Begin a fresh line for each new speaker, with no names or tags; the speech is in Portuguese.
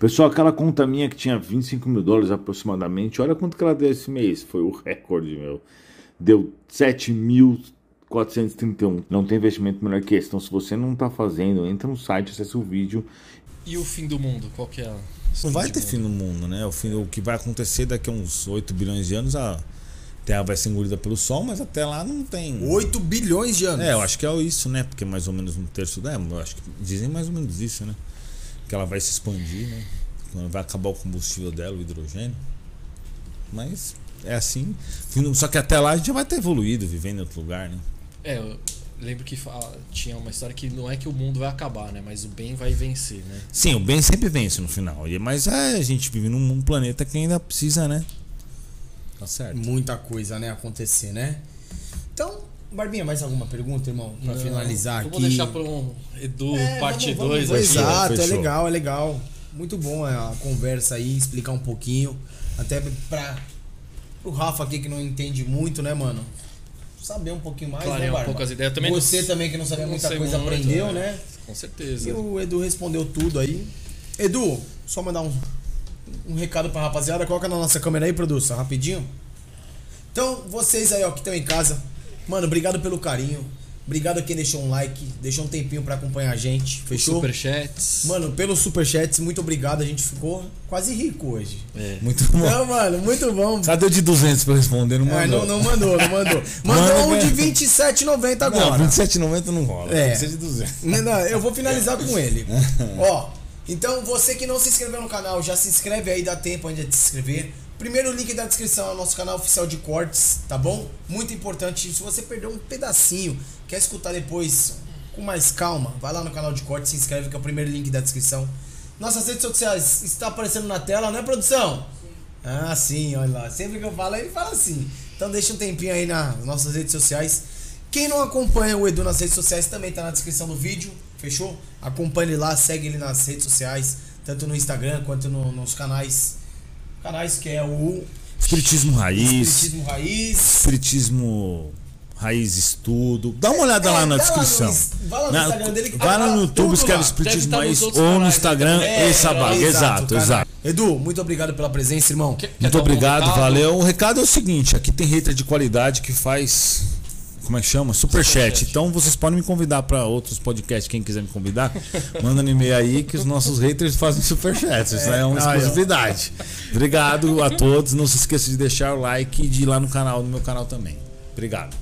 Pessoal, aquela conta minha que tinha 25 mil dólares aproximadamente, olha quanto que ela deu esse mês. Foi o recorde, meu. Deu 7.431. Não tem investimento melhor que esse. Então, se você não tá fazendo, entra no site, acessa o vídeo.
E o fim do mundo, qual que é?
Não vai ter fim no mundo, né? O, fim, o que vai acontecer daqui a uns 8 bilhões de anos, a Terra vai ser engolida pelo Sol, mas até lá não tem.
8 bilhões de anos.
É, eu acho que é isso, né? Porque mais ou menos um terço da. Eu acho que dizem mais ou menos isso, né? Que ela vai se expandir, né? Vai acabar o combustível dela, o hidrogênio. Mas é assim. Só que até lá a gente já vai ter evoluído, vivendo em outro lugar, né?
É, eu lembro que fala- tinha uma história que não é que o mundo vai acabar, né? Mas o bem vai vencer, né?
Sim, o bem sempre vence no final. E- Mas é, a gente vive num num planeta que ainda precisa, né? Tá certo.
Muita coisa, né, acontecer, né? Então, Barbinha, mais alguma pergunta, irmão? Pra finalizar aqui.
Vamos deixar para um Edu
É,
parte assim.
vamos- vamos-
2 aqui.
Exato, é
Fechou.
legal, é legal. Muito bom a conversa aí, explicar um pouquinho. Até pra o Rafa aqui que não entende muito, né, mano? Saber um pouquinho mais,
Clarear
né,
um
Barba?
pouco as ideias. Também não-
Você também que não sabia
não
muita
sei
coisa
muito,
aprendeu,
né?
né?
Com certeza.
E o Edu respondeu tudo aí. Edu, só mandar um, um recado pra rapaziada. Coloca na nossa câmera aí, produção, rapidinho. Então, vocês aí, ó, que estão em casa, mano, obrigado pelo carinho. Obrigado a quem deixou um like, deixou um tempinho pra acompanhar a gente, fechou?
Superchats.
Mano, pelos superchats, muito obrigado. A gente ficou quase rico hoje.
É.
Muito bom.
Não, mano, muito bom.
Cadê o de 200 pra responder? Não
É,
mandou.
não, não mandou, não mandou. Mandou
Mano,
um de
velho.
27,90
Não,
agora.
27,90 não rola.
É.
Tem que ser de 200.
Não, não, eu vou finalizar com ele. Ó, então você que não se inscreveu no canal, já se inscreve aí, dá tempo ainda de se inscrever. Primeiro link da descrição é o nosso canal oficial de cortes, tá bom? Muito importante. Se você perdeu um pedacinho, quer escutar depois com mais calma, vai lá no canal de cortes, se inscreve que é o primeiro link da descrição. Nossas redes sociais está aparecendo na tela, né, produção? Ah, sim, olha lá. Sempre que eu falo, ele fala assim. Então deixa um tempinho aí nas nossas redes sociais. Quem não acompanha o Edu nas redes sociais também tá na descrição do vídeo, fechou? Acompanhe ele lá, segue ele nas redes sociais, tanto no Instagram quanto no- nos canais. Canais que é o
Espiritismo raiz.
Espiritismo Raiz.
Espiritismo Raiz Estudo. Dá uma olhada
É,
lá
dá lá
na
no
descrição.
is- vai lá no
Na-
Instagram dele que
vai
tá
lá no
tudo
YouTube, escreve
lá. tá
Deve
Espiritismo
estar nos
Raiz
outros
ou no
canais,
Instagram
É,
esse abago. Exato,
cara.
exato.
Edu, muito obrigado pela presença, irmão.
Quer- quer dar
Muito
um
obrigado,
recado?
valeu. O recado é o seguinte: aqui tem hater de qualidade que faz. Como é que chama? Superchat. Então vocês podem me convidar para outros podcasts. Quem quiser me convidar, manda um e-mail aí que os nossos haters fazem superchat. Isso é, uma
Ah, é.
exclusividade. Obrigado a todos. Não se esqueça de deixar o like e de ir lá no canal, no meu canal também. Obrigado.